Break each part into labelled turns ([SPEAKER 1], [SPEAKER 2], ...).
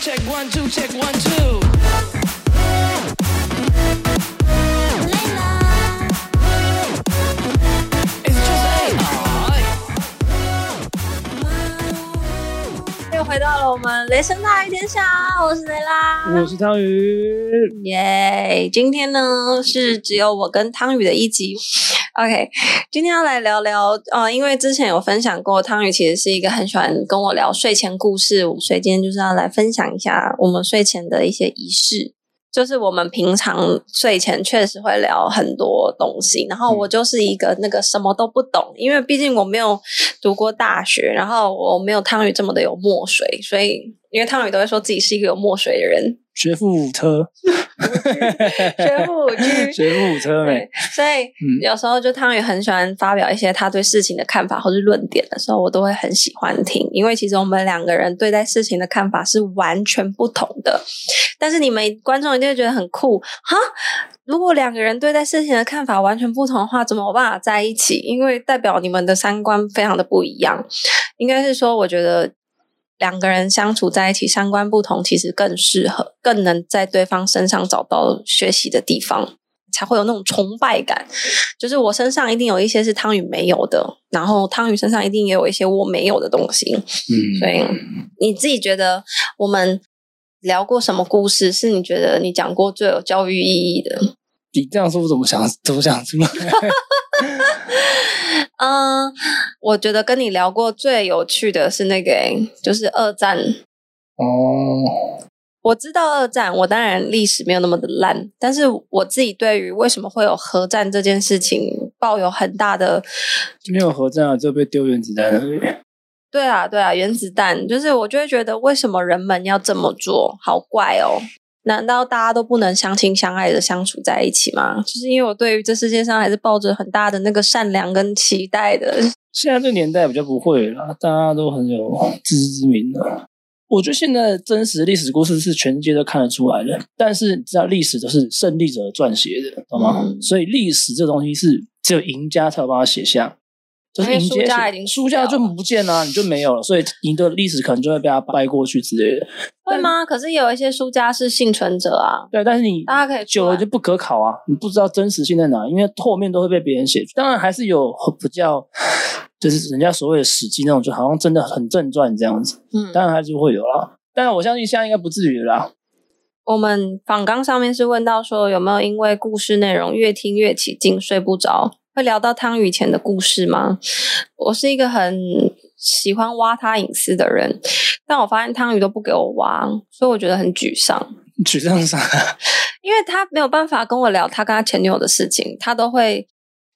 [SPEAKER 1] Check one two, check one two.
[SPEAKER 2] 累了，
[SPEAKER 1] It's just AI.
[SPEAKER 2] 又回到了我们雷声大雨天下，我是雷拉，
[SPEAKER 3] 我是章鱼，
[SPEAKER 2] 耶今天呢是只有我跟汤宇的一集。OK，今天要来聊聊，呃，因为之前有分享过，汤宇其实是一个很喜欢跟我聊睡前故事，所以今天就是要来分享一下我们睡前的一些仪式。就是我们平常睡前确实会聊很多东西，然后我就是一个那个什么都不懂，因为毕竟我没有读过大学，然后我没有汤宇这么的有墨水，所以因为汤宇都会说自己是一个有墨水的人，
[SPEAKER 3] 学富五车，
[SPEAKER 2] 学富五车
[SPEAKER 3] 学富五车没
[SPEAKER 2] 对？，所以
[SPEAKER 3] 嗯
[SPEAKER 2] 有时候就汤宇很喜欢发表一些他对事情的看法或是论点的时候，我都会很喜欢听，因为其实我们两个人对待事情的看法是完全不同的。但是你们观众一定会觉得很酷哈！如果两个人对待事情的看法完全不同的话，怎么有办法在一起？因为代表你们的三观非常的不一样。应该是说，我觉得两个人相处在一起，三观不同，其实更适合，更能在对方身上找到学习的地方，才会有那种崇拜感。就是我身上一定有一些是汤宇没有的，然后汤宇身上一定也有一些我没有的东西。
[SPEAKER 3] 嗯，
[SPEAKER 2] 所以你自己觉得我们聊过什么故事是你觉得你讲过最有教育意义的？
[SPEAKER 3] 你这样说，我怎么想，怎么想出来？
[SPEAKER 2] 嗯，我觉得跟你聊过最有趣的是那个欸，就是二战。
[SPEAKER 3] 哦，
[SPEAKER 2] 我知道二战，我当然历史没有那么的烂，但是我自己对于为什么会有核战这件事情抱有很大的
[SPEAKER 3] 没有核战啊，就被丢原子弹而已。
[SPEAKER 2] 对啊，对啊，原子弹就是我就会觉得，为什么人们要这么做？好怪哦！难道大家都不能相亲相爱的相处在一起吗？就是因为我对于这世界上还是抱着很大的那个善良跟期待的。
[SPEAKER 3] 现在这年代比较不会了，大家都很有自知之明了。我觉得现在的真实历史故事是全世界都看得出来的，但是你知道历史都是胜利者撰写的，懂吗？
[SPEAKER 2] 嗯
[SPEAKER 3] 所以历史这东西是只有赢家才有办法写下，就是赢
[SPEAKER 2] 因为输家
[SPEAKER 3] 家
[SPEAKER 2] 已经
[SPEAKER 3] 输家
[SPEAKER 2] 死
[SPEAKER 3] 就
[SPEAKER 2] 掉了
[SPEAKER 3] 不见了、你就没有了，所以赢的历史可能就会被他掰过去之类的。
[SPEAKER 2] 会 吗？可是有一些输家是幸存者啊，
[SPEAKER 3] 对，但是你
[SPEAKER 2] 大家可以出
[SPEAKER 3] 久
[SPEAKER 2] 来
[SPEAKER 3] 了就不可考啊，你不知道真实性在哪，因为后面都会被别人写。当然还是有比较，就是人家所谓的史记那种，就好像真的很正传这样子，
[SPEAKER 2] 嗯，
[SPEAKER 3] 当然还是会有啦。但是我相信现在应该不至于啦。
[SPEAKER 2] 我们访纲上面是问到说有没有因为故事内容越听越起劲睡不着，会聊到汤雨前的故事吗？我是一个很喜欢挖他隐私的人，但我发现汤雨都不给我挖，所以我觉得很沮丧，
[SPEAKER 3] 沮丧啥？
[SPEAKER 2] 因为他没有办法跟我聊他跟他前女友的事情，他都会。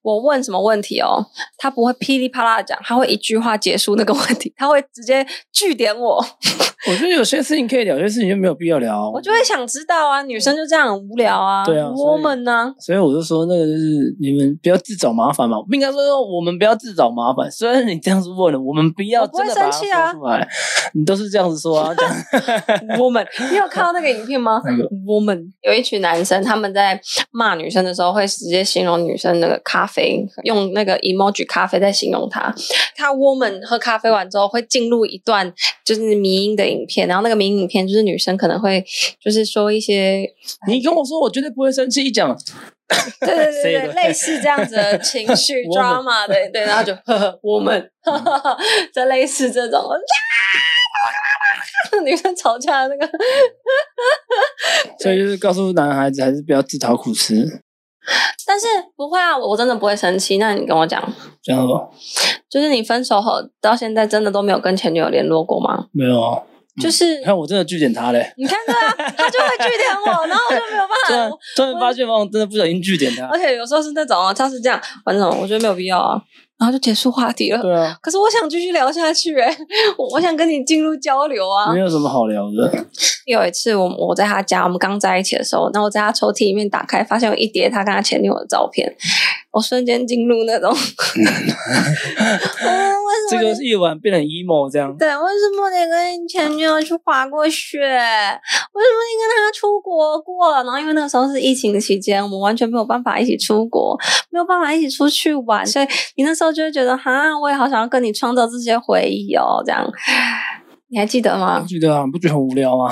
[SPEAKER 2] 我问什么问题哦，他不会噼里啪啦地讲，他会一句话结束那个问题，他会直接据点我。
[SPEAKER 3] 我觉得有些事情可以聊，有些事情就没有必要聊。啊
[SPEAKER 2] 我就会想知道啊，女生就这样很无聊啊，
[SPEAKER 3] 对啊所以
[SPEAKER 2] woman 呢、
[SPEAKER 3] 所以我就说，那个就是你们不要自找麻烦嘛，不应该说我们不要自找麻烦。虽然你这样子问了，我们不要
[SPEAKER 2] 我不会
[SPEAKER 3] 真的把它
[SPEAKER 2] 生气啊
[SPEAKER 3] 说出来，你都是这样子说啊， 讲
[SPEAKER 2] woman，你有看到那个影片吗
[SPEAKER 3] 那个
[SPEAKER 2] ？woman 有一群男生，他们在骂女生的时候，会直接形容女生那个咖啡，用那个 emoji 咖啡在形容她。他 woman 喝咖啡完之后，会进入一段就是迷音的影片，然后那个迷音影片就是女生可能会就是说一些
[SPEAKER 3] 你跟我说，我绝对不会生气。一讲，
[SPEAKER 2] 对对 对
[SPEAKER 3] 谁
[SPEAKER 2] 对，
[SPEAKER 3] 的
[SPEAKER 2] 类似这样子的情 绪
[SPEAKER 3] Woman
[SPEAKER 2] drama 对对，然后就 呵呵我们， 这类似这种， 女生吵架的那个，
[SPEAKER 3] 所以就是告诉男孩子，还是不要自讨苦吃，
[SPEAKER 2] 但是不会啊，我我真的不会生气。那你跟我讲，
[SPEAKER 3] 这样吧？
[SPEAKER 2] 就是你分手后到现在真的都没有跟前女友联络过吗？
[SPEAKER 3] 没有啊，
[SPEAKER 2] 就是
[SPEAKER 3] 你看我真的拒点他嘞，
[SPEAKER 2] 你看对 啊，他就会拒点我，啊然后我就没
[SPEAKER 3] 突然
[SPEAKER 2] 有办法。
[SPEAKER 3] 突然发现我真的不小心拒点他
[SPEAKER 2] 而。且有时候是那种啊，他是这样，反正我觉得没有必要啊，然后就结束话题了。
[SPEAKER 3] 对啊，
[SPEAKER 2] 可是我想继续聊下去、欸， 我我想跟你进入交流啊。
[SPEAKER 3] 没有什么好聊的。
[SPEAKER 2] 有一次我，我在他家，我们刚在一起的时候，那我在他抽屉里面打开，发现有一叠他跟他前女友的照片，我瞬间进入那种，嗯，为什
[SPEAKER 3] 这
[SPEAKER 2] 么？
[SPEAKER 3] 个是夜晚变得很 emo 这样，
[SPEAKER 2] 对，为什么你跟你前女友去滑过雪？为什么你跟他出国过？然后因为那个时候是疫情期间，我们完全没有办法一起出国，没有办法一起出去玩，所以你那时候就会觉得，哈，我也好想要跟你创造这些回忆哦，这样。你还记得吗？
[SPEAKER 3] 记得啊，你不觉得很无聊吗？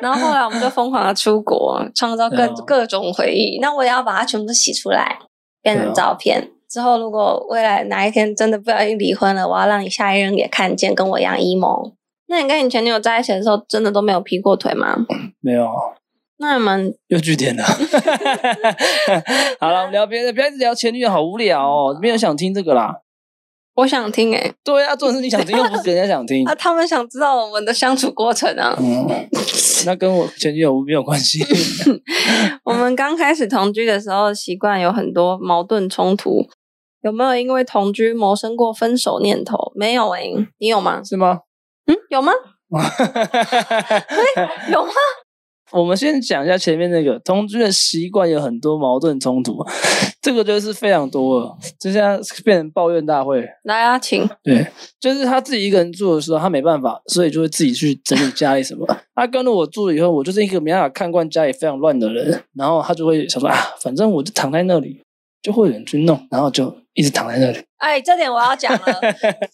[SPEAKER 2] 然后后来我们就疯狂的出国，创造各、
[SPEAKER 3] 对啊
[SPEAKER 2] 各种回忆。那我也要把它全部都洗出来，变
[SPEAKER 3] 对
[SPEAKER 2] 成
[SPEAKER 3] 啊
[SPEAKER 2] 照片。之后如果未来哪一天真的不小心离婚了，我要让你下一任也看见，跟我一样 emo。那你跟你前女友在一起的时候，真的都没有劈过腿吗？
[SPEAKER 3] 没有，
[SPEAKER 2] 那你们
[SPEAKER 3] 又据点 了。好了，我们聊别的，不要一直聊前女友，好无聊哦，没有人想听这个啦。
[SPEAKER 2] 我想听哎、
[SPEAKER 3] 对啊，这种事情想听又不是人家想听
[SPEAKER 2] 啊，。他们想知道我们的相处过程啊。
[SPEAKER 3] 嗯，那跟我前女友没有关 系。
[SPEAKER 2] 我们刚开始同居的时候，习惯有很多矛盾冲突。有没有因为同居萌生过分手念头？没有诶、你有吗？
[SPEAKER 3] 是吗？
[SPEAKER 2] 嗯，有吗？有吗？
[SPEAKER 3] 我们先讲一下前面那个同居的习惯有很多矛盾冲突， 这个就是非常多了，就像变成抱怨大会。
[SPEAKER 2] 来啊，请。
[SPEAKER 3] 对，就是他自己一个人住的时候，他没办法，所以就会自己去整理家里什么。他跟了我住了以后，我就是一个没办法看惯家里非常乱的人，然后他就会想说啊，反正我就躺在那里，就会有人去弄，然后就一直躺在那里。
[SPEAKER 2] 哎，这点我要讲 了。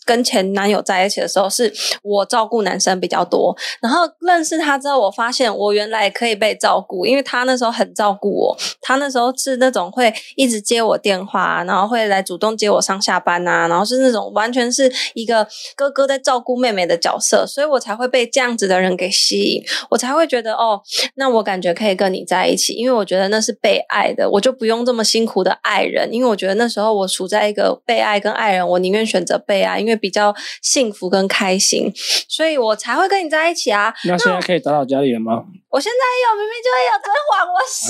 [SPEAKER 2] 跟前男友在一起的时候，是我照顾男生比较多。然后认识他之后，我发现我原来也可以被照顾，因为他那时候很照顾我。他那时候是那种会一直接我电话啊，然后会来主动接我上下班啊，然后是那种完全是一个哥哥在照顾妹妹的角色，所以我才会被这样子的人给吸引，我才会觉得哦，那我感觉可以跟你在一起，因为我觉得那是被爱的，我就不用这么辛苦的爱人，因为我觉得那时候我处在一个被爱跟爱人，我宁愿选择被爱，因为比较幸福跟开心，所以我才会跟你在一起啊。
[SPEAKER 3] 那现在可以打扫家里了吗？
[SPEAKER 2] 我现在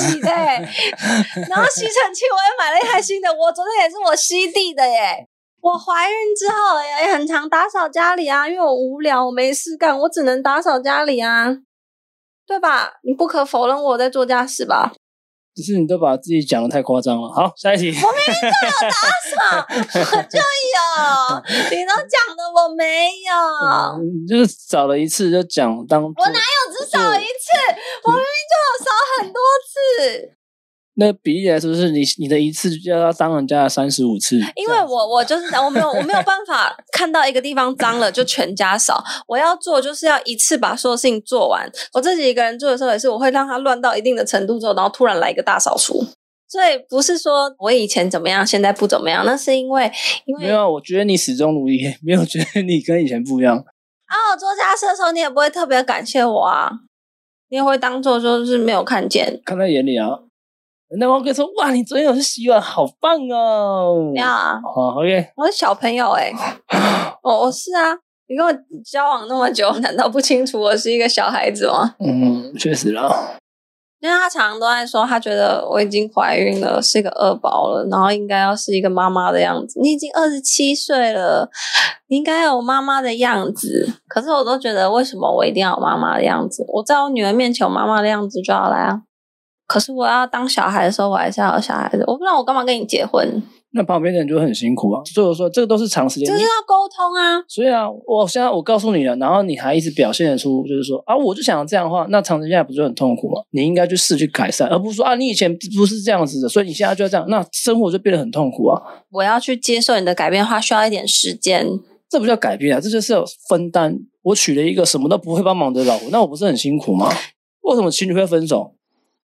[SPEAKER 2] 也有，明明就有，昨天碗我洗的、欸，然后吸尘器我也买了一台新的，我昨天也是我吸地的耶、我怀孕之后也也很常打扫家里啊，因为我无聊，我没事干，我只能打扫家里啊，对吧？你不可否认我在做家事吧？
[SPEAKER 3] 只是你都把自己讲的太夸张了。好，下一题。
[SPEAKER 2] 啊，我就有，你都讲的我没有，我
[SPEAKER 3] 嗯就是找了一次就讲当做
[SPEAKER 2] 哪有只扫一次？我明明就有扫很多次。
[SPEAKER 3] 那比例来说，是你你的一次就要当人家的三十五次，
[SPEAKER 2] 因为我我就是我没有我没有办法看到一个地方脏了就全家扫，我要做就是要一次把所有事情做完。我自己一个人做的时候也是，我会让它乱到一定的程度之后，然后突然来一个大扫除。所以不是说我以前怎么样，现在不怎么样，那是因为因
[SPEAKER 3] 没
[SPEAKER 2] 为
[SPEAKER 3] 有啊，我觉得你始终如一， 没有觉得你跟以前不一样。
[SPEAKER 2] 啊，我做家事的时候你也不会特别感谢我啊，你也会当做就是没有看见。
[SPEAKER 3] 看在眼里啊。那王哥说：“哇，你昨天有去洗碗，好棒哦！”
[SPEAKER 2] 没有啊，
[SPEAKER 3] 好，OK，
[SPEAKER 2] 我是小朋友哎、我我是啊，你跟我交往那么久，难道不清楚我是一个小孩子吗？
[SPEAKER 3] 嗯，确实啦，
[SPEAKER 2] 因为他常常都在说，他觉得我已经怀孕了，是一个二宝了，然后应该要是一个妈妈的样子。你已经二十七岁了，你应该要有妈妈的样子。可是我都觉得，为什么我一定要有妈妈的样子？我在我女儿面前有妈妈的样子就好来啊。可是我要当小孩的时候，我还是要有小孩的。我不然我干嘛跟你结婚？
[SPEAKER 3] 那旁边的人就很辛苦啊。所以我说，这个都是长时间。
[SPEAKER 2] 就是
[SPEAKER 3] 你
[SPEAKER 2] 要沟通啊。
[SPEAKER 3] 所以啊，我现在我告诉你了，然后你还一直表现得出，就是说啊，我就想这样的话，那长时间下来不是很痛苦吗？你应该去试去改善，而不是说啊，你以前不是这样子的，所以你现在就要这样，那生活就变得很痛苦啊。
[SPEAKER 2] 我要去接受你的改变的话，需要一点时间。
[SPEAKER 3] 这不叫改变啊，这就是要分担。我娶了一个什么都不会帮忙的老婆，那我不是很辛苦吗？为什么情侣会分手？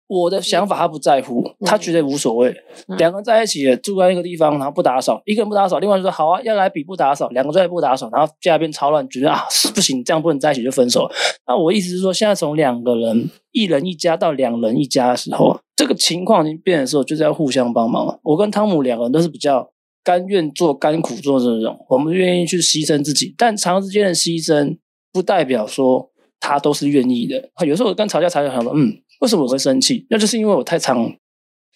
[SPEAKER 3] 我的想法他不在乎，他觉得无所谓。
[SPEAKER 2] 嗯
[SPEAKER 3] 两个人在一起了住在一个地方，然后不打扫，一个人不打扫，另外就说好啊，要来比不打扫，两个在不打扫，然后家里边吵乱，觉得啊不行，这样不能在一起就分手。那我意思是说，现在从两个人一人一家到两人一家的时候，这个情况已经变的时候，就是要互相帮忙了。我跟汤姆两个人都是比较甘愿做甘苦做这种，我们愿意去牺牲自己，但长时间的牺牲不代表说他都是愿意的。啊有时候我跟吵架吵架，想说，嗯，为什么我会生气？那就是因为我太常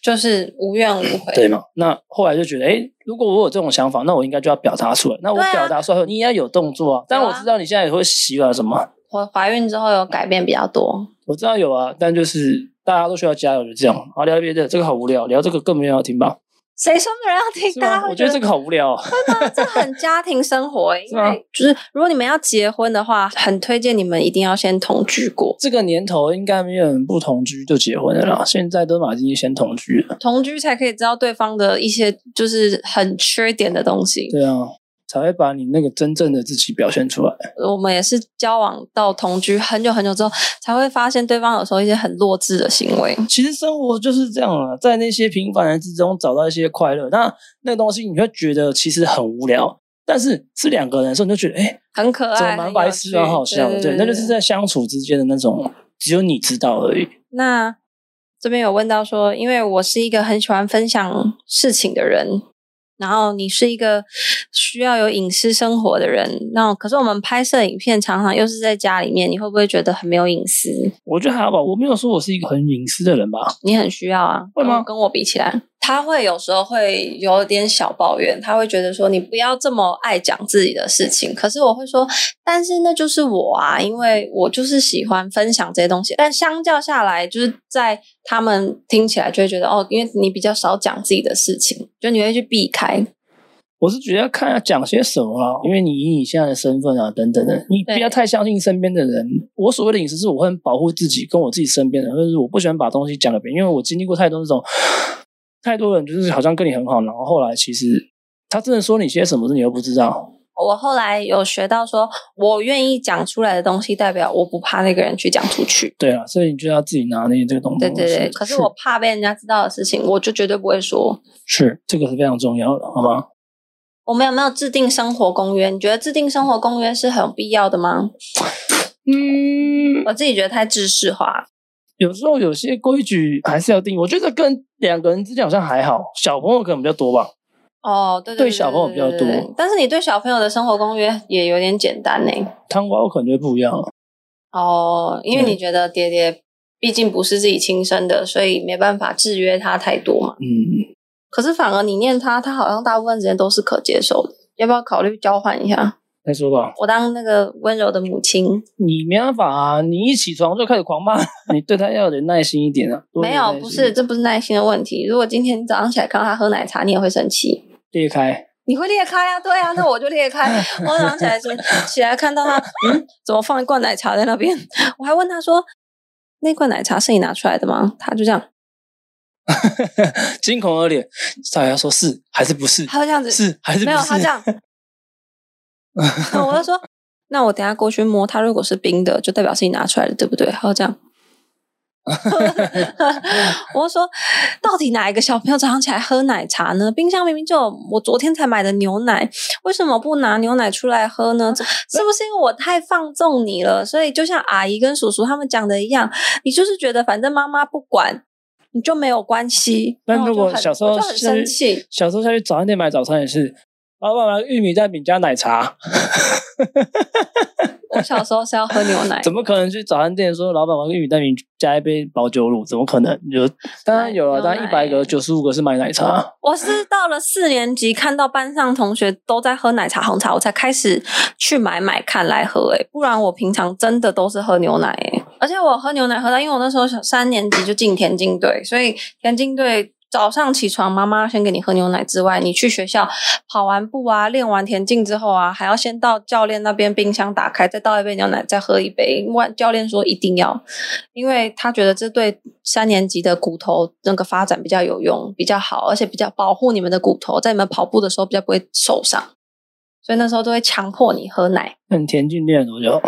[SPEAKER 2] 就是无怨无悔，
[SPEAKER 3] 对嘛？那后来就觉得，哎，如果我有这种想法，那我应该就要表达出来。那我
[SPEAKER 2] 对啊
[SPEAKER 3] 表达出来后，你也要有动作啊。但我知道你现在也会洗碗什么，
[SPEAKER 2] 我怀孕之后有改变比较多，
[SPEAKER 3] 我知道有啊，但就是大家都需要加油，就这样。好，聊别的，这个好无聊，聊这个更没有人要听吧？
[SPEAKER 2] 谁说没有人要听？
[SPEAKER 3] 是
[SPEAKER 2] 大家
[SPEAKER 3] 吗？
[SPEAKER 2] 会
[SPEAKER 3] 我觉得这个好无聊哦。
[SPEAKER 2] 那啊这很家庭生活欸，
[SPEAKER 3] 是
[SPEAKER 2] 因
[SPEAKER 3] 吗
[SPEAKER 2] 为就是如果你们要结婚的话，很推荐你们一定要先同居过，
[SPEAKER 3] 这个年头应该没有人不同居就结婚了啦，现在都马经先同居了。
[SPEAKER 2] 同居才可以知道对方的一些就是很缺点的东西。
[SPEAKER 3] 对啊，才会把你那个真正的自己表现出来。
[SPEAKER 2] 我们也是交往到同居很久很久之后，才会发现对方有时候一些很弱智的行为。
[SPEAKER 3] 其实生活就是这样啊，在那些平凡人之中找到一些快乐。那那个东西你会觉得其实很无聊，但是是两个人的时候，你就觉得哎，诶
[SPEAKER 2] 很可
[SPEAKER 3] 怎么
[SPEAKER 2] 爱，
[SPEAKER 3] 蛮白痴啊，
[SPEAKER 2] 很有趣
[SPEAKER 3] 好好笑的。对，那就是在相处之间的那种，只有你知道而已。
[SPEAKER 2] 那这边有问到说，因为我是一个很喜欢分享事情的人，然后你是一个需要有隐私生活的人，那可是我们拍摄影片常常又是在家里面，你会不会觉得很没有隐私？
[SPEAKER 3] 我觉得还好吧，我没有说我是一个很隐私的人吧。
[SPEAKER 2] 你很需要啊，
[SPEAKER 3] 会吗
[SPEAKER 2] 跟跟我比起来，他会有时候会有点小抱怨，他会觉得说你不要这么爱讲自己的事情。可是我会说，但是那就是我啊，因为我就是喜欢分享这些东西。但相较下来，就是在他们听起来就会觉得哦，因为你比较少讲自己的事情，就你会去避开。
[SPEAKER 3] 我是觉得要看要讲些什么啊，因为你以你现在的身份啊等等的，你
[SPEAKER 2] 对
[SPEAKER 3] 不要太相信身边的人。我所谓的隐私是我会保护自己跟我自己身边的人，就是我不喜欢把东西讲给别人，因为我经历过太多那种太多人就是好像跟你很好，然后后来其实他真的说你些什么，你又不知道。
[SPEAKER 2] 我后来有学到说，我愿意讲出来的东西，代表我不怕那个人去讲出去。
[SPEAKER 3] 对啊，所以你就要自己拿捏这个东西。
[SPEAKER 2] 对对对，可是我怕被人家知道的事情，我就绝对不会说。
[SPEAKER 3] 是是这个是非常重要的，好吗？
[SPEAKER 2] 我们有没有制定生活公约？你觉得制定生活公约是很有必要的吗？
[SPEAKER 3] 嗯，
[SPEAKER 2] 我自己觉得太知识化。
[SPEAKER 3] 有时候有些规矩还是要定。我觉得跟两个人之间好像还好，小朋友可能比较多吧。
[SPEAKER 2] 哦，对
[SPEAKER 3] 对小朋友比较多
[SPEAKER 2] 对对对但是你对小朋友的生活公约也有点简单呢。
[SPEAKER 3] 汤瓜我可能就不一样了。
[SPEAKER 2] 哦，因为
[SPEAKER 3] 对
[SPEAKER 2] 你觉得爹爹毕竟不是自己亲生的，所以没办法制约他太多嘛。
[SPEAKER 3] 嗯，
[SPEAKER 2] 可是反而你念他，他好像大部分时间都是可接受的。要不要考虑交换一下？
[SPEAKER 3] 再说吧，
[SPEAKER 2] 我当那个温柔的母亲，
[SPEAKER 3] 你没办法啊，你一起床就开始狂骂， 你对他要有点耐心一点啊。多
[SPEAKER 2] 没
[SPEAKER 3] 点
[SPEAKER 2] 有，
[SPEAKER 3] 耐
[SPEAKER 2] 不
[SPEAKER 3] 心
[SPEAKER 2] 是，这不是耐心的问题。如果今天你早上起来看到他喝奶茶，你也会生气。
[SPEAKER 3] 裂开，
[SPEAKER 2] 你会裂开啊？对啊，那我就裂开。我早上起来时起来看到他，嗯，怎么放一罐奶茶在那边？ 我还问他说：“那罐奶茶是你拿出来的吗？”他就这样，
[SPEAKER 3] 惊恐而脸。大家说是还是不是？
[SPEAKER 2] 他会这样子，
[SPEAKER 3] 是还是不
[SPEAKER 2] 没
[SPEAKER 3] 是？
[SPEAKER 2] 有他这样。嗯我就说：“那我等一下过去摸，它如果是冰的，就代表是你拿出来的，对不对？”他就 这样。我就说，到底哪一个小朋友早上起来喝奶茶呢？冰箱明明就有我昨天才买的牛奶，为什么不拿牛奶出来 喝呢？是不是因为我太放纵你了？所以就像阿姨跟叔叔他们讲的一样，你就是觉得反正妈妈不管，你就没有关系。
[SPEAKER 3] 但
[SPEAKER 2] 然后
[SPEAKER 3] 如
[SPEAKER 2] 我就
[SPEAKER 3] 果
[SPEAKER 2] 很
[SPEAKER 3] 小时候
[SPEAKER 2] 我就很
[SPEAKER 3] 下去
[SPEAKER 2] 生气，
[SPEAKER 3] 小时候下去早餐店买早餐也是，老板买玉米蛋饼加奶茶，，
[SPEAKER 2] 哎我小时候是要喝牛奶
[SPEAKER 3] 怎么可能去早餐店说老板买玉米蛋饼加一杯保酒乳？怎么可能？有当然有了，啊
[SPEAKER 2] 牛
[SPEAKER 3] 当然一百
[SPEAKER 2] 奶
[SPEAKER 3] 个九十五个是买奶茶。
[SPEAKER 2] 我是到了四年级，看到班上同学都在喝奶茶、红茶，我才开始去买买看来喝、欸。不然我平常真的都是喝牛奶、欸。而且我喝牛奶喝到，因为我那时候小三年级就进田径队，所以田径队早上起床，妈妈先给你喝牛奶之外，你去学校跑完步啊，练完田径之后啊，还要先到教练那边冰箱打开，再倒一杯牛奶，再喝一杯。因为教练说一定要，因为他觉得这对三年级的骨头那个发展比较有用，比较好，而且比较保护你们的骨头，在你们跑步的时候比较不会受伤。所以那时候都会强迫你喝奶。
[SPEAKER 3] 那你田径练了多久？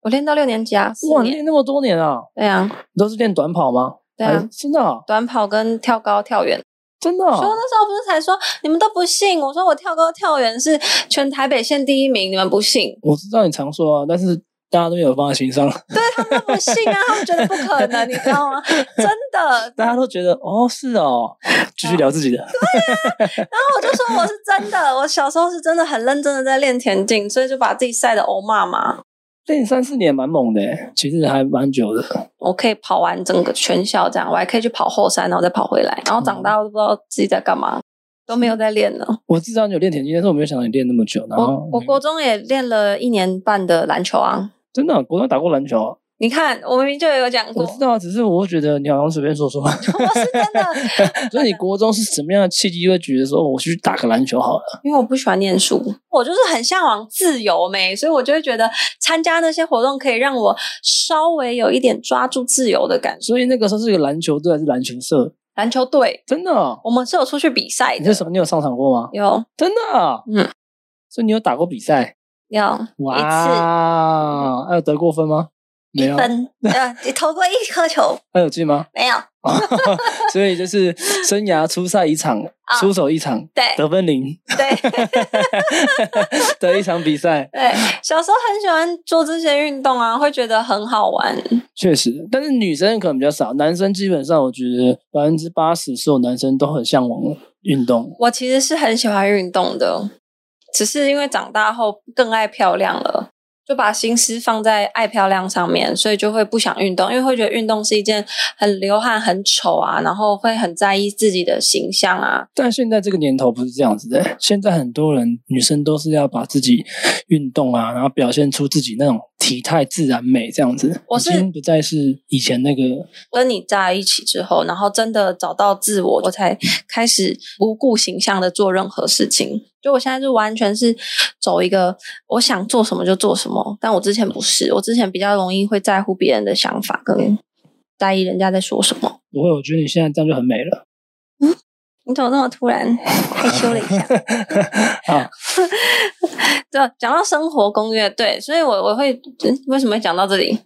[SPEAKER 2] 我练到六年级啊，四
[SPEAKER 3] 哇，你
[SPEAKER 2] 年，
[SPEAKER 3] 练那么多年啊！
[SPEAKER 2] 对啊，
[SPEAKER 3] 你都是练短跑吗？
[SPEAKER 2] 对
[SPEAKER 3] 还
[SPEAKER 2] 啊
[SPEAKER 3] 是，真的啊、
[SPEAKER 2] 短跑跟跳高、跳远。
[SPEAKER 3] 真的、
[SPEAKER 2] 所以我
[SPEAKER 3] 啊，
[SPEAKER 2] 那时候不是才说你们都不信，我说我跳高、跳远是全台北县第一名，你们不信。
[SPEAKER 3] 我知道你常说啊，但是大家都没有放在心上，
[SPEAKER 2] 他们不信啊，他们觉得不可能，你知道吗？ 真的。
[SPEAKER 3] 大家都觉得哦是哦，继续聊自己的，
[SPEAKER 2] 然后我就说我是真的，我小时候是真的很认真的在练田径，所以就把自己晒得欧骂嘛。
[SPEAKER 3] 练三四年蛮猛的欸，其实还蛮久的。
[SPEAKER 2] 我可以跑完整个全校这样，我还可以去跑后山，然后再跑回来。然后长大我都不知道自己在干嘛，都没有在练了。
[SPEAKER 3] 我知道你有练田径，但是我没有想到你练那么久。然后
[SPEAKER 2] 我我国中也练了一年半的篮球啊。
[SPEAKER 3] 真的啊国中打过篮球啊，
[SPEAKER 2] 你看，我明明就有讲过，
[SPEAKER 3] 我知道啊，只是我会觉得你好像随便说 说。
[SPEAKER 2] 我是真的，
[SPEAKER 3] 所以你国中是什么样的契机会觉得说我去打个篮球好了？
[SPEAKER 2] 因为我不喜欢念书，我就是很向往自由没，所以我就会觉得参加那些活动可以让我稍微有一点抓住自由的感受。
[SPEAKER 3] 所以那个时候是一个篮球队还是篮球社？
[SPEAKER 2] 篮球队，
[SPEAKER 3] 真的啊、
[SPEAKER 2] 我们是有出去比赛
[SPEAKER 3] 你那
[SPEAKER 2] 的，
[SPEAKER 3] 时候你有上场过吗？
[SPEAKER 2] 有
[SPEAKER 3] 真的啊、
[SPEAKER 2] 嗯，
[SPEAKER 3] 所以你有打过比赛？
[SPEAKER 2] 要
[SPEAKER 3] 哇，还有得过分吗？没有，
[SPEAKER 4] 分，呃，你投过一颗球
[SPEAKER 3] 还有进吗？
[SPEAKER 4] 没有？
[SPEAKER 3] 所以就是生涯初赛一场，
[SPEAKER 2] 啊
[SPEAKER 3] 出手一场，
[SPEAKER 2] 哎
[SPEAKER 4] 对
[SPEAKER 3] 得分零
[SPEAKER 4] 对
[SPEAKER 3] 的一场比赛，
[SPEAKER 2] 对，小时候很喜欢做这些运动啊，会觉得很好玩。
[SPEAKER 3] 确实。但是女生可能比较少，男生基本上我觉得百分之八十所有男生都很向往运动。
[SPEAKER 2] 我其实是很喜欢运动的，只是因为长大后更爱漂亮了，就把心思放在爱漂亮上面，所以就会不想运动，因为会觉得运动是一件很流汗、很丑啊，然后会很在意自己的形象啊。
[SPEAKER 3] 但现在这个年头不是这样子的，现在很多人女生都是要把自己运动啊，然后表现出自己那种体态自然美这样子，
[SPEAKER 2] 我
[SPEAKER 3] 已
[SPEAKER 2] 是
[SPEAKER 3] 经不再是以前那个
[SPEAKER 2] 跟你在一起之后，然后真的找到自我，我才开始不顾形象的做任何事情。就我现在就完全是走一个我想做什么就做什么，但我之前不是，我之前比较容易会在乎别人的想法，跟在意人家在说什么。
[SPEAKER 3] 不会，我觉得你现在这样就很美了。
[SPEAKER 2] 你怎么那么突然害羞了一下？
[SPEAKER 3] 啊，
[SPEAKER 2] 对，讲到生活攻略，对，所以我我会嗯为什么会讲到这里？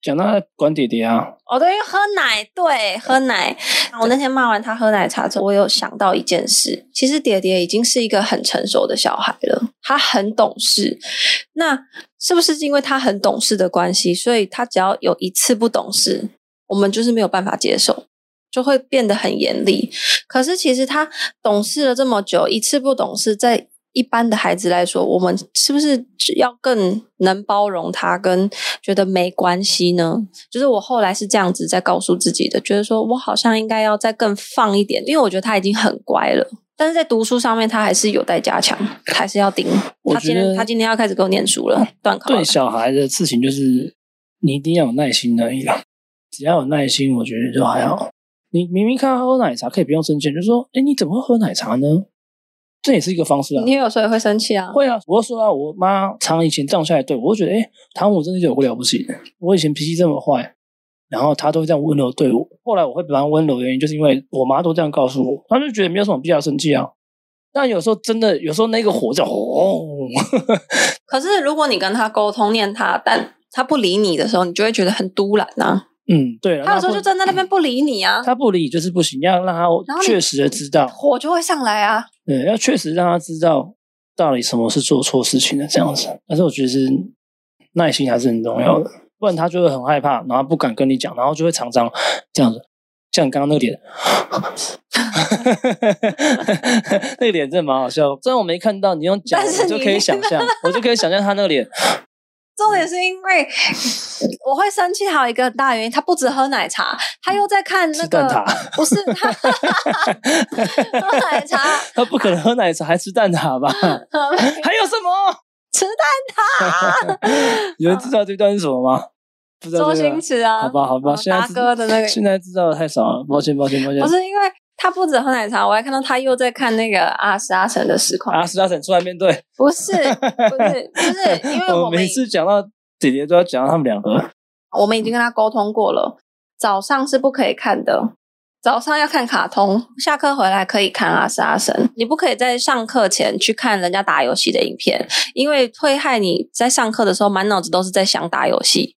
[SPEAKER 3] 讲到管爹爹啊，
[SPEAKER 2] 哦，对，因为喝奶，对，喝奶。我那天骂完他喝奶茶之后，我有想到一件事，其实爹爹已经是一个很成熟的小孩了，他很懂事。那是不是因为他很懂事的关系，所以他只要有一次不懂事，我们就是没有办法接受，就会变得很严厉。可是其实他懂事了这么久，一次不懂事，在一般的孩子来说，我们是不是要更能包容他，跟觉得没关系呢？就是我后来是这样子在告诉自己的，觉得说我好像应该要再更放一点，因为我觉得他已经很乖了。但是在读书上面，他还是有待加强，还是要盯。
[SPEAKER 3] 我
[SPEAKER 2] 他
[SPEAKER 3] 觉
[SPEAKER 2] 今
[SPEAKER 3] 得
[SPEAKER 2] 天他今天要开始给我念书了，断考了
[SPEAKER 3] 嗯对小孩的事情就是你一定要有耐心而已啦，只要有耐心，我觉得就还好。你明明看他喝奶茶可以不用生气，就说：“哎，你怎么会喝奶茶呢？”这也是一个方式啊
[SPEAKER 2] 你。有时候也会生气啊。
[SPEAKER 3] 会啊，我就说啊，我妈常以前这样下来对我，我就觉得哎，诶汤姆真的有个了不起的。我以前脾气这么坏，然后她都会这样温柔对我。后来我会蛮温柔的原因，就是因为我妈都这样告诉我，她就觉得没有什么必要生气啊。但有时候真的，有时候那个火就轰，
[SPEAKER 2] 可是如果你跟他沟通念他，但他不理你的时候，你就会觉得很突然呐、
[SPEAKER 3] 嗯，对嗯了，
[SPEAKER 2] 他有时候
[SPEAKER 3] 那
[SPEAKER 2] 就
[SPEAKER 3] 会
[SPEAKER 2] 站在那边不理你啊，
[SPEAKER 3] 他不理就是不行，要让
[SPEAKER 2] 然
[SPEAKER 3] 他
[SPEAKER 2] 后你
[SPEAKER 3] 确实的知道，
[SPEAKER 2] 火就会上来啊。
[SPEAKER 3] 对，要确实让他知道到底什么是做错事情的这样子。但是我觉得是耐心还是很重要的，不然他就会很害怕，然后不敢跟你讲，然后就会常常这样子，像刚刚那个脸， 那个脸真的蛮好笑。虽然我没看到，你用讲
[SPEAKER 2] 但是
[SPEAKER 3] 我就可以
[SPEAKER 2] 你
[SPEAKER 3] 想象，我就可以想象他那个脸。
[SPEAKER 2] 重点是因为 我会生气，还有一个很大原因，他不止喝奶茶，他又在看那
[SPEAKER 3] 吃蛋挞
[SPEAKER 2] 个，不是他 喝奶 茶，
[SPEAKER 3] 他不可能喝奶茶还吃蛋挞吧？还有什么？
[SPEAKER 2] 吃
[SPEAKER 3] 蛋 挞？有人知道这段是什么吗？不知道、
[SPEAKER 2] 周
[SPEAKER 3] 这个
[SPEAKER 2] 星驰啊，
[SPEAKER 3] 好吧，好吧，
[SPEAKER 2] 啊
[SPEAKER 3] 现在
[SPEAKER 2] 达
[SPEAKER 3] 知
[SPEAKER 2] 哥的那个
[SPEAKER 3] 现在知道的太少了，抱歉，抱歉，抱歉
[SPEAKER 2] 不。哦是因为他不止喝奶茶，我还看到他又在看那个阿斯阿神的实况，
[SPEAKER 3] 啊，石大婶出来面对，
[SPEAKER 2] 不是不是，就是因为
[SPEAKER 3] 我
[SPEAKER 2] 我们
[SPEAKER 3] 每次讲到姐姐都要讲到他们两个，
[SPEAKER 2] 我们已经跟他沟通过了，早上是不可以看的，早上要看卡通，下课回来可以看阿斯阿神，你不可以在上课前去看人家打游戏的影片，因为会害你在上课的时候满脑子都是在想打游戏。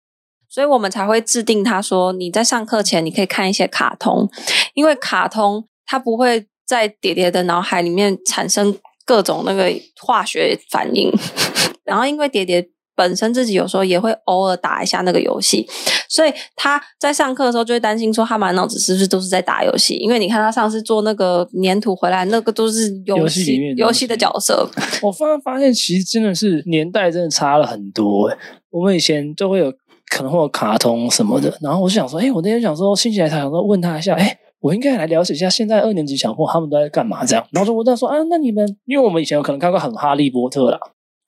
[SPEAKER 2] 所以我们才会制定他说，你在上课前你可以看一些卡通，因为卡通它不会在爹爹的脑海里面产生各种那个化学反应， 然后因为爹爹本身自己有时候也会偶尔打一下那个游戏，所以他在上课的时候就会担心说他满脑子是不是都是在打游戏？因为你看他上次做那个粘土回来，那个都是游
[SPEAKER 3] 游戏里
[SPEAKER 2] 戏
[SPEAKER 3] 面的
[SPEAKER 2] 游
[SPEAKER 3] 东
[SPEAKER 2] 戏的
[SPEAKER 3] 西
[SPEAKER 2] 角色，
[SPEAKER 3] 我发发现其实真的是年代真的差了很多、欸。我们以前就会有可能会有卡通什么的，然后我就想说，哎、我那天想说，兴起来才想说问他一下，哎、我应该来了解一下现在二年级小朋友他们都在干嘛这样。然后就问他说啊，那你们因为我们以前有可能看过很哈利波特啦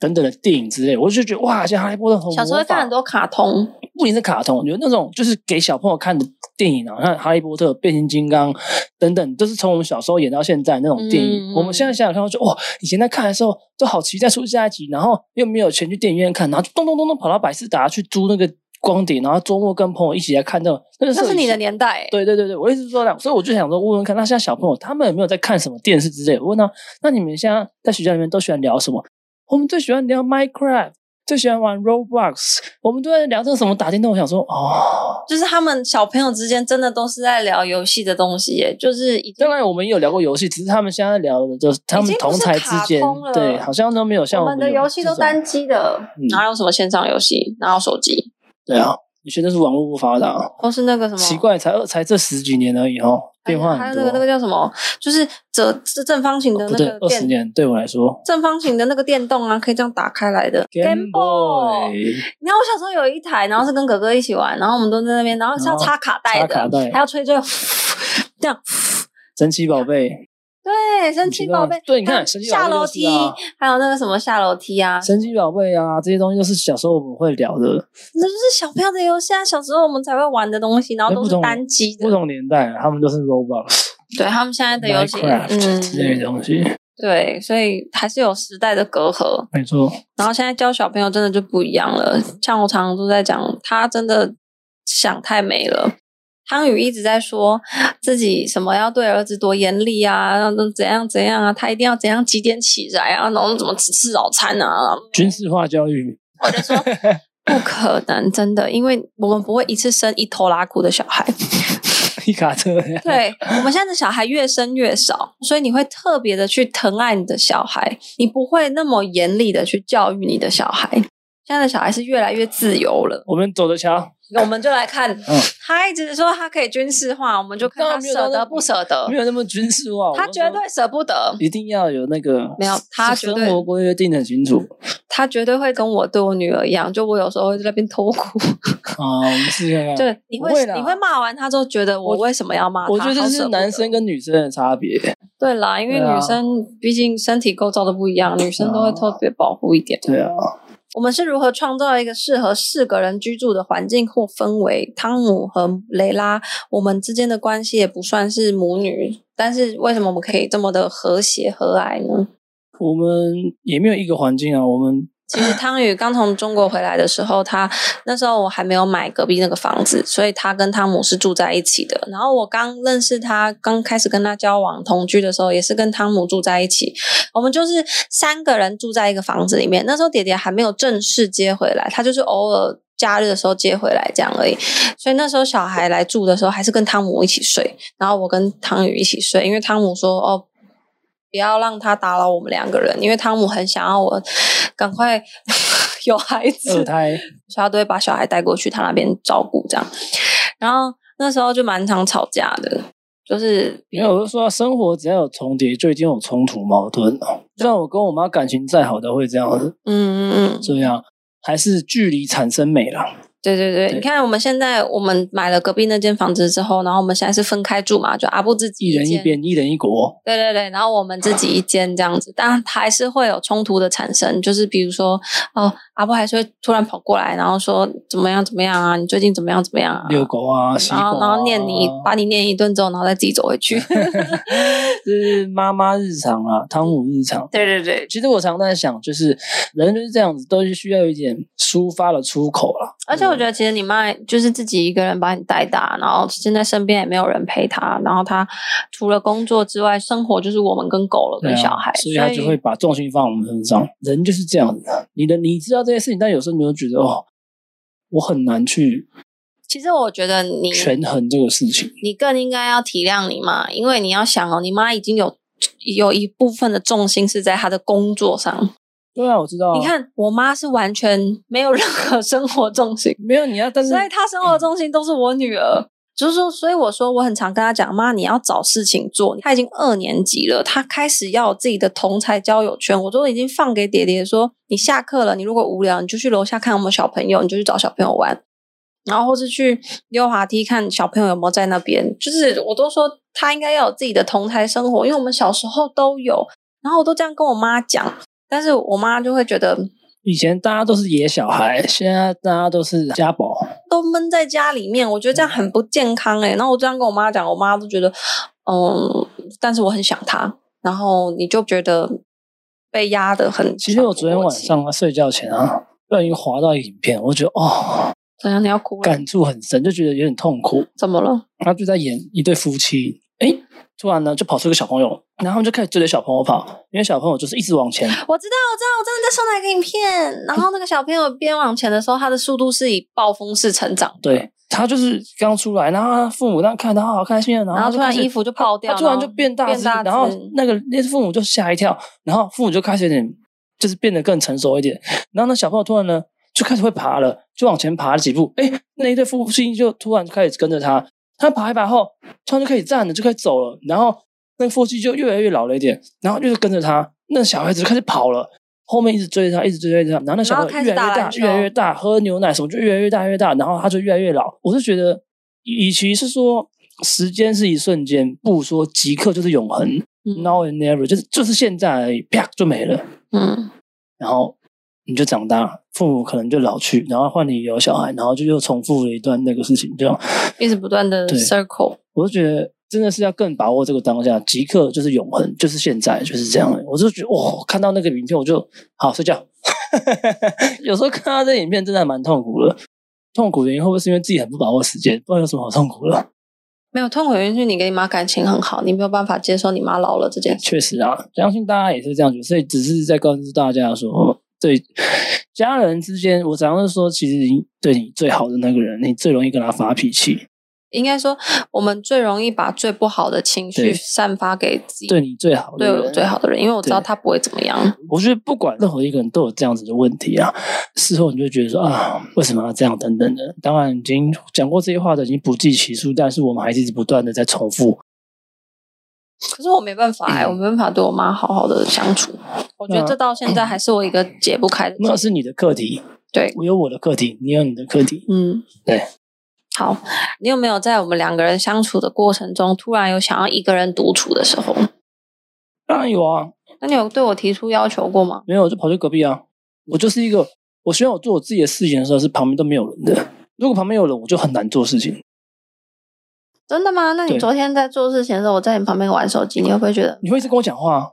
[SPEAKER 3] 等等的电影之类，我就觉得哇，现在哈利波特很
[SPEAKER 2] 小时候会看很多卡通，
[SPEAKER 3] 不仅是卡通，有那种就是给小朋友看的电影啊，像《哈利波特》《变形金刚》等等，都是从我们小时候演到现在那种电影。
[SPEAKER 2] 嗯
[SPEAKER 3] 我们现在想想看，就哇，以前在看的时候都好期待出下一集，然后又没有钱去电影院看，然后就咚咚咚咚跑到百事达去租那个光碟，然后周末跟朋友一起来看那种。那个时
[SPEAKER 2] 那
[SPEAKER 3] 候
[SPEAKER 2] 是你
[SPEAKER 3] 已
[SPEAKER 2] 的
[SPEAKER 3] 经
[SPEAKER 2] 年代、
[SPEAKER 3] 对对对对，我一直说两，所以我就想说问问看，那现在小朋友他们有没有在看什么电视之类的？我问他，那你们现在在学校里面都喜欢聊什么？我们最喜欢聊 Minecraft，最喜欢玩 Roblox，我们都在聊这个什么打电动。我想说，哦，
[SPEAKER 2] 就是他们小朋友之间真的都是在聊游戏的东西耶，就是已经
[SPEAKER 3] 当然我们也有聊过游戏，只是他们现在聊的就是他们同台之
[SPEAKER 2] 已经
[SPEAKER 3] 间
[SPEAKER 2] 不是卡通了，
[SPEAKER 3] 对，好像都没有像
[SPEAKER 4] 我
[SPEAKER 3] 们
[SPEAKER 4] 们的
[SPEAKER 3] 有
[SPEAKER 4] 游戏
[SPEAKER 3] 这
[SPEAKER 4] 都
[SPEAKER 3] 种
[SPEAKER 4] 单机的，
[SPEAKER 3] 嗯
[SPEAKER 2] 哪有什么线上游戏，哪有手机，
[SPEAKER 3] 对啊，现在是网络不发达，
[SPEAKER 2] 都是那个什么哎
[SPEAKER 3] 奇怪，才二才这十几年而已哦，变化
[SPEAKER 2] 还有
[SPEAKER 3] 很
[SPEAKER 2] 那个那
[SPEAKER 3] 多哦
[SPEAKER 2] 个。叫什么，就是折正正方形的
[SPEAKER 3] 不
[SPEAKER 2] 那
[SPEAKER 3] 对，
[SPEAKER 2] 个
[SPEAKER 3] 二十
[SPEAKER 2] 电，
[SPEAKER 3] 年对我来说
[SPEAKER 2] 正方形的那个电动啊，可以这样打开来的
[SPEAKER 3] Game Boy
[SPEAKER 2] 你看我小时候有一台，然后是跟哥哥一起玩，然后我们都在那边，然后是要插卡带
[SPEAKER 3] 然后哦插卡
[SPEAKER 2] 的，
[SPEAKER 3] 带
[SPEAKER 2] 还要吹吹，这样。
[SPEAKER 3] 神奇宝贝，
[SPEAKER 2] 对，神奇宝贝
[SPEAKER 3] 你知道，对你看
[SPEAKER 2] 还有
[SPEAKER 3] 神奇宝贝
[SPEAKER 2] 下楼
[SPEAKER 3] 就是
[SPEAKER 2] 梯
[SPEAKER 3] 啊，
[SPEAKER 2] 还有那个什么下楼梯啊，
[SPEAKER 3] 神奇宝贝啊，这些东西都是小时候我们会聊的，
[SPEAKER 2] 那就是小朋友的游戏啊，小时候我们才会玩的东西，然后
[SPEAKER 3] 那
[SPEAKER 2] 都
[SPEAKER 3] 不
[SPEAKER 2] 是
[SPEAKER 3] 同
[SPEAKER 2] 单机
[SPEAKER 3] 不
[SPEAKER 2] 的。
[SPEAKER 3] 同年代啊他们都是 Roblox、
[SPEAKER 2] 对他们现在的游戏，
[SPEAKER 3] Minecraft 之类的
[SPEAKER 2] 嗯，
[SPEAKER 3] 东西，
[SPEAKER 2] 对，所以还是有时代的隔阂。
[SPEAKER 3] 没错。
[SPEAKER 2] 然后现在教小朋友真的就不一样了，像我常常都在讲，他真的想太美了。汤宇一直在说自己什么要对儿子多严厉啊，要怎样怎样啊，他一定要怎样几点起来啊，然后怎么只吃早餐啊，
[SPEAKER 3] 军事化教育，
[SPEAKER 2] 我就说不可能，真的，因为我们不会一次生一头拉苦的小孩。
[SPEAKER 3] 皮卡车，
[SPEAKER 2] 对我们现在的小孩越生越少，所以你会特别的去疼爱你的小孩，你不会那么严厉的去教育你的小孩。现在的小孩是越来越自由了，
[SPEAKER 3] 我们走着瞧，
[SPEAKER 2] 我们就来看
[SPEAKER 3] 嗯，
[SPEAKER 2] 他一直说他可以军事化，我们就看
[SPEAKER 3] 当
[SPEAKER 2] 他
[SPEAKER 3] 然没有到
[SPEAKER 2] 舍
[SPEAKER 3] 那
[SPEAKER 2] 得不舍得
[SPEAKER 3] 没，有那么军事化，我
[SPEAKER 2] 他
[SPEAKER 3] 就
[SPEAKER 2] 绝
[SPEAKER 3] 说
[SPEAKER 2] 对舍不得，
[SPEAKER 3] 一定要有那个
[SPEAKER 2] 没有他绝
[SPEAKER 3] 生
[SPEAKER 2] 对
[SPEAKER 3] 活规约定得很清楚
[SPEAKER 2] 他绝对会跟我对我女儿一样，就我有时候会在那边偷哭，
[SPEAKER 3] 啊。我们试试看看，
[SPEAKER 2] 对，你会
[SPEAKER 3] 不会啦
[SPEAKER 2] 你会骂完他之后觉得我
[SPEAKER 3] 我
[SPEAKER 2] 为什么要骂他？
[SPEAKER 3] 我觉得
[SPEAKER 2] 好
[SPEAKER 3] 这
[SPEAKER 2] 舍
[SPEAKER 3] 是
[SPEAKER 2] 不
[SPEAKER 3] 男
[SPEAKER 2] 得
[SPEAKER 3] 生跟女生的差别。
[SPEAKER 2] 对啦，因为
[SPEAKER 3] 对啊
[SPEAKER 2] 女生毕竟身体构造都不一样，女生都会特别保护一点。
[SPEAKER 3] 对啊，
[SPEAKER 2] 我们是如何创造一个适合四个人居住的环境或氛围？汤姆和雷拉，我们之间的关系也不算是母女，但是为什么我们可以这么的和谐和蔼呢？
[SPEAKER 3] 我们也没有一个环境啊，我们
[SPEAKER 2] 其实汤宇刚从中国回来的时候，他那时候我还没有买隔壁那个房子，所以他跟汤姆是住在一起的。然后我刚认识他，刚开始跟他交往同居的时候，也是跟汤姆住在一起。我们就是三个人住在一个房子里面。那时候爹爹还没有正式接回来，他就是偶尔假日的时候接回来这样而已。所以那时候小孩来住的时候，还是跟汤姆一起睡，然后我跟汤宇一起睡，因为汤姆说哦。不要让他打扰我们两个人，因为汤姆很想要我赶快 有孩子，
[SPEAKER 3] 二胎
[SPEAKER 2] 所以他都会把小孩带过去他那边照顾这样。然后那时候就蛮常吵架的，就是
[SPEAKER 3] 因为我就说，生活只要有重叠，就一定有冲突矛盾啊。就算我跟我妈感情再好，都会这样子，
[SPEAKER 2] 嗯嗯嗯，
[SPEAKER 3] 这样还是距离产生美了。
[SPEAKER 2] 对对对，
[SPEAKER 3] 对
[SPEAKER 2] 你看我们现在我们买了隔壁那间房子之后，然后我们现在是分开住嘛，就阿布自己
[SPEAKER 3] 一人一
[SPEAKER 2] 间
[SPEAKER 3] 边，一人一国，
[SPEAKER 2] 对对对，然后我们自己一间这样子，但还是会有冲突的产生，就是比如说，哦，阿布还是会突然跑过来，然后说怎么样怎么样啊，你最近怎么样怎么样啊，
[SPEAKER 3] 遛狗啊，洗狗
[SPEAKER 2] 然后
[SPEAKER 3] 啊，
[SPEAKER 2] 然后念你，把你念一顿之后，然后再自己走回 去。
[SPEAKER 3] 这是妈妈日常啊，汤姆日常。
[SPEAKER 2] 对对对，
[SPEAKER 3] 其实我常在想，就是人就是这样子，都是需要一点抒发的出口啦。嗯
[SPEAKER 2] 而且我觉得，其实你妈就是自己一个人把你带大，然后现在身边也没有人陪她，然后她除了工作之外，生活就是我们跟狗了，
[SPEAKER 3] 对
[SPEAKER 2] 跟
[SPEAKER 3] 啊
[SPEAKER 2] 小孩，
[SPEAKER 3] 所以他就会把重心放我们身上。人就是这样子的，你的你知道这些事情，但有时候你又觉得哦，我很难去
[SPEAKER 2] 其实我觉得你
[SPEAKER 3] 权衡这个事情。
[SPEAKER 2] 你更应该要体谅你妈，因为你要想哦，你妈已经有有一部分的重心是在她的工作上。
[SPEAKER 3] 对啊，我知道啊。
[SPEAKER 2] 你看，我妈是完全没有任何生活重心，
[SPEAKER 3] 没有你要，但是嗯
[SPEAKER 2] 所以她生活重心都是我女儿。就是说，所以我说我很常跟她讲，妈，你要找事情做。她已经二年级了，她开始要有自己的同才交友圈。我都已经放给爹爹说，你下课了，你如果无聊，你就去楼下看有没有小朋友，你就去找小朋友玩，然后或是去溜滑梯看小朋友有没有在那边。就是我都说她应该要有自己的同才生活，因为我们小时候都有。然后我都这样跟我妈讲，但是我妈就会觉得
[SPEAKER 3] 以前大家都是野小孩，现在大家都是家宝。
[SPEAKER 2] 都闷在家里面，我觉得这样
[SPEAKER 3] 嗯
[SPEAKER 2] 很不健康哎、然后我这样跟我妈讲，我妈都觉得，嗯，但是我很想她。然后你就觉得被压得很。
[SPEAKER 3] 其实我昨天晚，上啊，睡觉前啊，不小心滑到一个影片，我觉得哦，
[SPEAKER 2] 怎啊样你要哭了？
[SPEAKER 3] 感触很深，就觉得有点痛苦。
[SPEAKER 2] 怎么了？
[SPEAKER 3] 他就在演一对夫妻，诶，突然呢就跑出一个小朋友，然后他们就开始追着小朋友跑，因为小朋友就是一直往前，
[SPEAKER 2] 我知道，我知道，我真的在收奶给你骗。然后那个小朋友边往前的时候，他的速度是以暴风式成长的。
[SPEAKER 3] 对他就是刚出来，然后他父母那看他好开心啊，然
[SPEAKER 2] 然
[SPEAKER 3] 后他
[SPEAKER 2] 后突
[SPEAKER 3] 就
[SPEAKER 2] 然
[SPEAKER 3] 开始
[SPEAKER 2] 衣服就爆掉
[SPEAKER 3] 他突然
[SPEAKER 2] 然后
[SPEAKER 3] 就变大
[SPEAKER 2] 变
[SPEAKER 3] 只，
[SPEAKER 2] 大
[SPEAKER 3] 然后
[SPEAKER 2] 只
[SPEAKER 3] 那个那父母就吓一跳，然后父母就开始有点就是变得更成熟一点，然后那小朋友突然呢就开始会爬了，就往前爬了几步，哎，那一对父亲就突然开始跟着他，他爬一爬后，突然就可以站了，就可以走了，然后那父亲就越来越老了一点，然后就是跟着他，那小孩子就开始跑了。后面一直追着他，一直追着他，然后那小
[SPEAKER 2] 然后
[SPEAKER 3] 朋友
[SPEAKER 2] 开始
[SPEAKER 3] 越来
[SPEAKER 2] 打
[SPEAKER 3] 越
[SPEAKER 2] 篮
[SPEAKER 3] 大，
[SPEAKER 2] 球
[SPEAKER 3] 越来越大，喝牛奶什么就越来越大，越大，然后他就越来越老。我是觉得，与其是说时间是一瞬间，不如说即刻就是永恒、
[SPEAKER 2] 嗯
[SPEAKER 3] n o w and never，就是就是现在而已，啪就没了。
[SPEAKER 2] 嗯，
[SPEAKER 3] 然后你就长大了，父母可能就老去，然后换你有小孩，然后就又重复了一段那个事情，这样
[SPEAKER 2] 一直不断的
[SPEAKER 3] 对
[SPEAKER 2] circle。
[SPEAKER 3] 我就觉得真的是要更把握这个当下，即刻就是永恒，就是现在，就是这样。我就觉得哇、看到那个影片我就好睡觉。 有时候看到这影片真的还蛮痛苦的，痛苦原因会不会是因为自己很不把握时间？不知道有什么好痛苦的。
[SPEAKER 2] 没有痛苦原因是你跟你妈感情很好，你没有办法接受你妈老了这件事。
[SPEAKER 3] 确实啊，相信大家也是这样觉得，所以只是在告诉大家说，哦对家人之间，我常常说，其实你对你最好的那个人，你最容易跟他发脾气；
[SPEAKER 2] 应该说，我们最容易把最不好的情绪
[SPEAKER 3] 对
[SPEAKER 2] 散发给自己
[SPEAKER 3] 对你最好的
[SPEAKER 2] 对
[SPEAKER 3] 人，
[SPEAKER 2] 我最好的人，因为我知道
[SPEAKER 3] 对
[SPEAKER 2] 他不会怎 么样。
[SPEAKER 3] 我觉得不管任何一个人都有这样子的问题啊，事后你就觉得说啊，为什么要这样等等的。当然，已经讲过这些话的已经不计其数，但是我们还是一直不断的在重复。
[SPEAKER 2] 可是我没办法、哎，我没办法对我妈好好的相处。我觉得
[SPEAKER 3] 那
[SPEAKER 2] 这到现在还是我一个解不开的
[SPEAKER 3] 那
[SPEAKER 2] 结。
[SPEAKER 3] 是你的课题，
[SPEAKER 2] 对，
[SPEAKER 3] 我有我的课题，你有你的课题。
[SPEAKER 2] 嗯，
[SPEAKER 3] 对。
[SPEAKER 2] 好，你有没有在我们两个人相处的过程中，突然有想要一个人独处的时候？
[SPEAKER 3] 当然有啊，
[SPEAKER 2] 那你有对我提出要求过吗？
[SPEAKER 3] 没有我就跑去隔壁啊。我就是一个，我希望我做我自己的事情的时候是旁边都没有人的。如果旁边有人，我就很难做事情。
[SPEAKER 2] 真的吗？那你
[SPEAKER 3] 对
[SPEAKER 2] 昨天在做事情的时候，我在你旁边玩手机，你会不会觉得
[SPEAKER 3] 你会一直跟我讲话啊，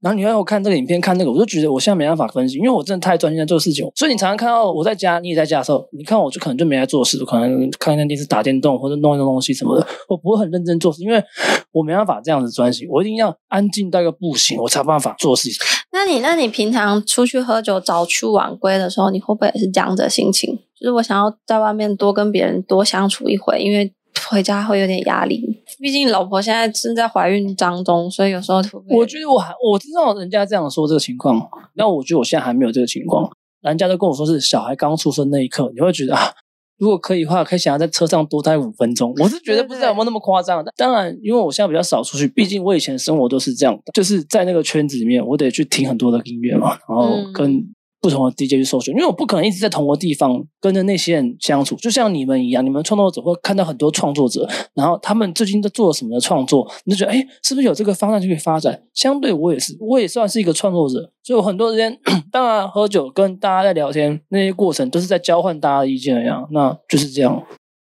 [SPEAKER 3] 然后你要我看这个影片，看那个，我就觉得我现在没办法分心，因为我真的太专心在做事情。所以你常常看到我在家，你也在家的时候，你看我就可能就没在做事，我可能看看电视、打电动或者弄一弄东西什么的，我不会很认真做事，因为我没办法这样子专心，我一定要安静到一个不行，我才有办法做事情。
[SPEAKER 2] 那你那你平常出去喝酒早出晚归的时候，你会不会也是这样子的心情？就是我想要在外面多跟别人多相处一回，因为回家会有点压力。毕竟老婆现在正在怀孕当中，所以有时候会不会
[SPEAKER 3] 我觉得我还我知道人家这样说这个情况，那我觉得我现在还没有这个情况。人家都跟我说是小孩刚出生那一刻，你会觉得啊，如果可以的话，可以想要在车上多待五分钟。我是觉得不知道有没有那么夸张，但当然，因为我现在比较少出去，毕竟我以前生活都是这样的，就是在那个圈子里面，我得去听很多的音乐嘛，然后
[SPEAKER 2] 嗯
[SPEAKER 3] 跟。不同的 DJ 去搜寻，因为我不可能一直在同个地方跟着那些人相处，就像你们一样，你们创作者会看到很多创作者，然后他们最近都做了什么的创作，你就觉得哎，诶是不是有这个方向去发展？相对我也是，我也算是一个创作者，所以我很多时间， 当然喝酒跟大家在聊天那些过程，都是在交换大家的意见一样，那就是这样，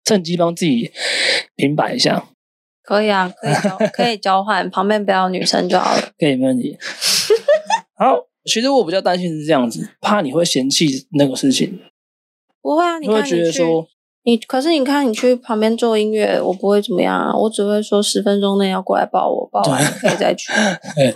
[SPEAKER 3] 趁机帮自己平摆一下，
[SPEAKER 2] 可以啊，可以交可以交换，旁边不要有女生就好了。
[SPEAKER 3] 可以没问 题。好，其实我比较担心是这样子，怕你会嫌弃那个事情，
[SPEAKER 2] 不会啊，你
[SPEAKER 3] 你
[SPEAKER 2] 看
[SPEAKER 3] 会
[SPEAKER 2] 你
[SPEAKER 3] 觉得
[SPEAKER 2] 去，
[SPEAKER 3] 说。
[SPEAKER 2] 你可是你看你去旁边做音乐，我不会怎么样啊，我只会说十分钟内要过来抱我，抱完可以再去。
[SPEAKER 3] 对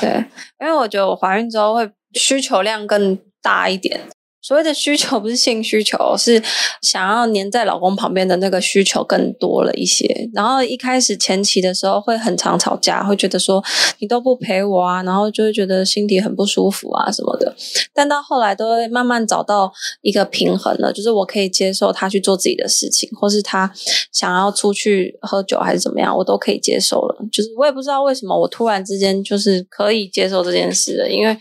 [SPEAKER 2] 对，因为我觉得我怀孕之后会需求量更大一点。所谓的需求不是性需求，是想要黏在老公旁边的那个需求更多了一些。然后一开始前期的时候会很常吵架，会觉得说你都不陪我啊，然后就会觉得心里很不舒服啊什么的。但到后来都会慢慢找到一个平衡了，就是我可以接受他去做自己的事情，或是他想要出去喝酒还是怎么样，我都可以接受了。就是我也不知道为什么我突然之间就是可以接受这件事了，因为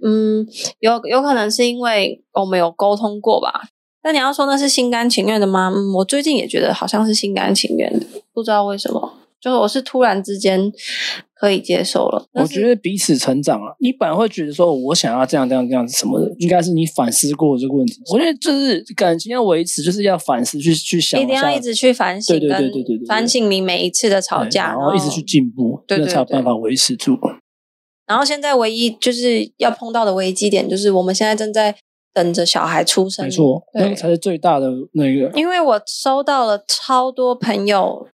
[SPEAKER 2] 嗯，有有可能是因为我们有沟通过吧。但你要说那是心甘情愿的吗？嗯，我最近也觉得好像是心甘情愿的，不知道为什么，就是我是突然之间可以接受了。
[SPEAKER 3] 我
[SPEAKER 2] 但是
[SPEAKER 3] 觉得彼此成长了、你本来会觉得说我想要这样这样这样什么的，应该是你反思过这个问题。我觉得就是感情要维持，就是要反思去去想
[SPEAKER 2] 一定要
[SPEAKER 3] 下
[SPEAKER 2] 一直去反
[SPEAKER 3] 对
[SPEAKER 2] 省，
[SPEAKER 3] 对
[SPEAKER 2] 跟
[SPEAKER 3] 对对对对对
[SPEAKER 2] 反省你每一次的吵
[SPEAKER 3] 对
[SPEAKER 2] 架，哦
[SPEAKER 3] 然后一直去进步，
[SPEAKER 2] 对对
[SPEAKER 3] 那才有办法维持住。
[SPEAKER 2] 然后现在唯一就是要碰到的危机点，就是我们现在正在等着小孩出生。
[SPEAKER 3] 没，错，
[SPEAKER 2] 对
[SPEAKER 3] 那个才是最大的那个。
[SPEAKER 2] 因为我收到了超多朋友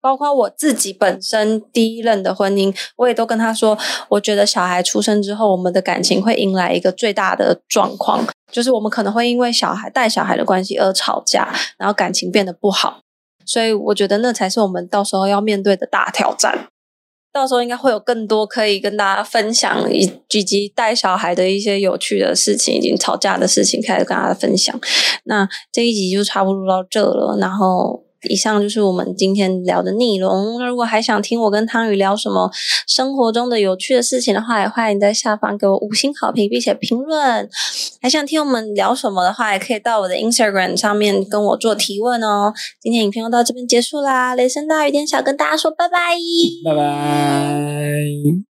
[SPEAKER 2] 包括我自己本身第一任的婚姻，我也都跟他说，我觉得小孩出生之后，我们的感情会迎来一个最大的状况，就是我们可能会因为小孩带小孩的关系而吵架，然后感情变得不好。所以我觉得那才是我们到时候要面对的大挑战。到时候应该会有更多可以跟大家分享，以以及带小孩的一些有趣的事情，以及吵架的事情，开始跟大家分享。那这一集就差不多到这了，然后。以上就是我们今天聊的内容。那如果还想听我跟汤宇聊什么生活中的有趣的事情的话，也欢迎在下方给我五星好评，并且评论。还想听我们聊什么的话，也可以到我的 Instagram 上面跟我做提问哦。今天影片就到这边结束啦，雷声大雨点小，跟大家说拜拜。
[SPEAKER 3] 拜拜。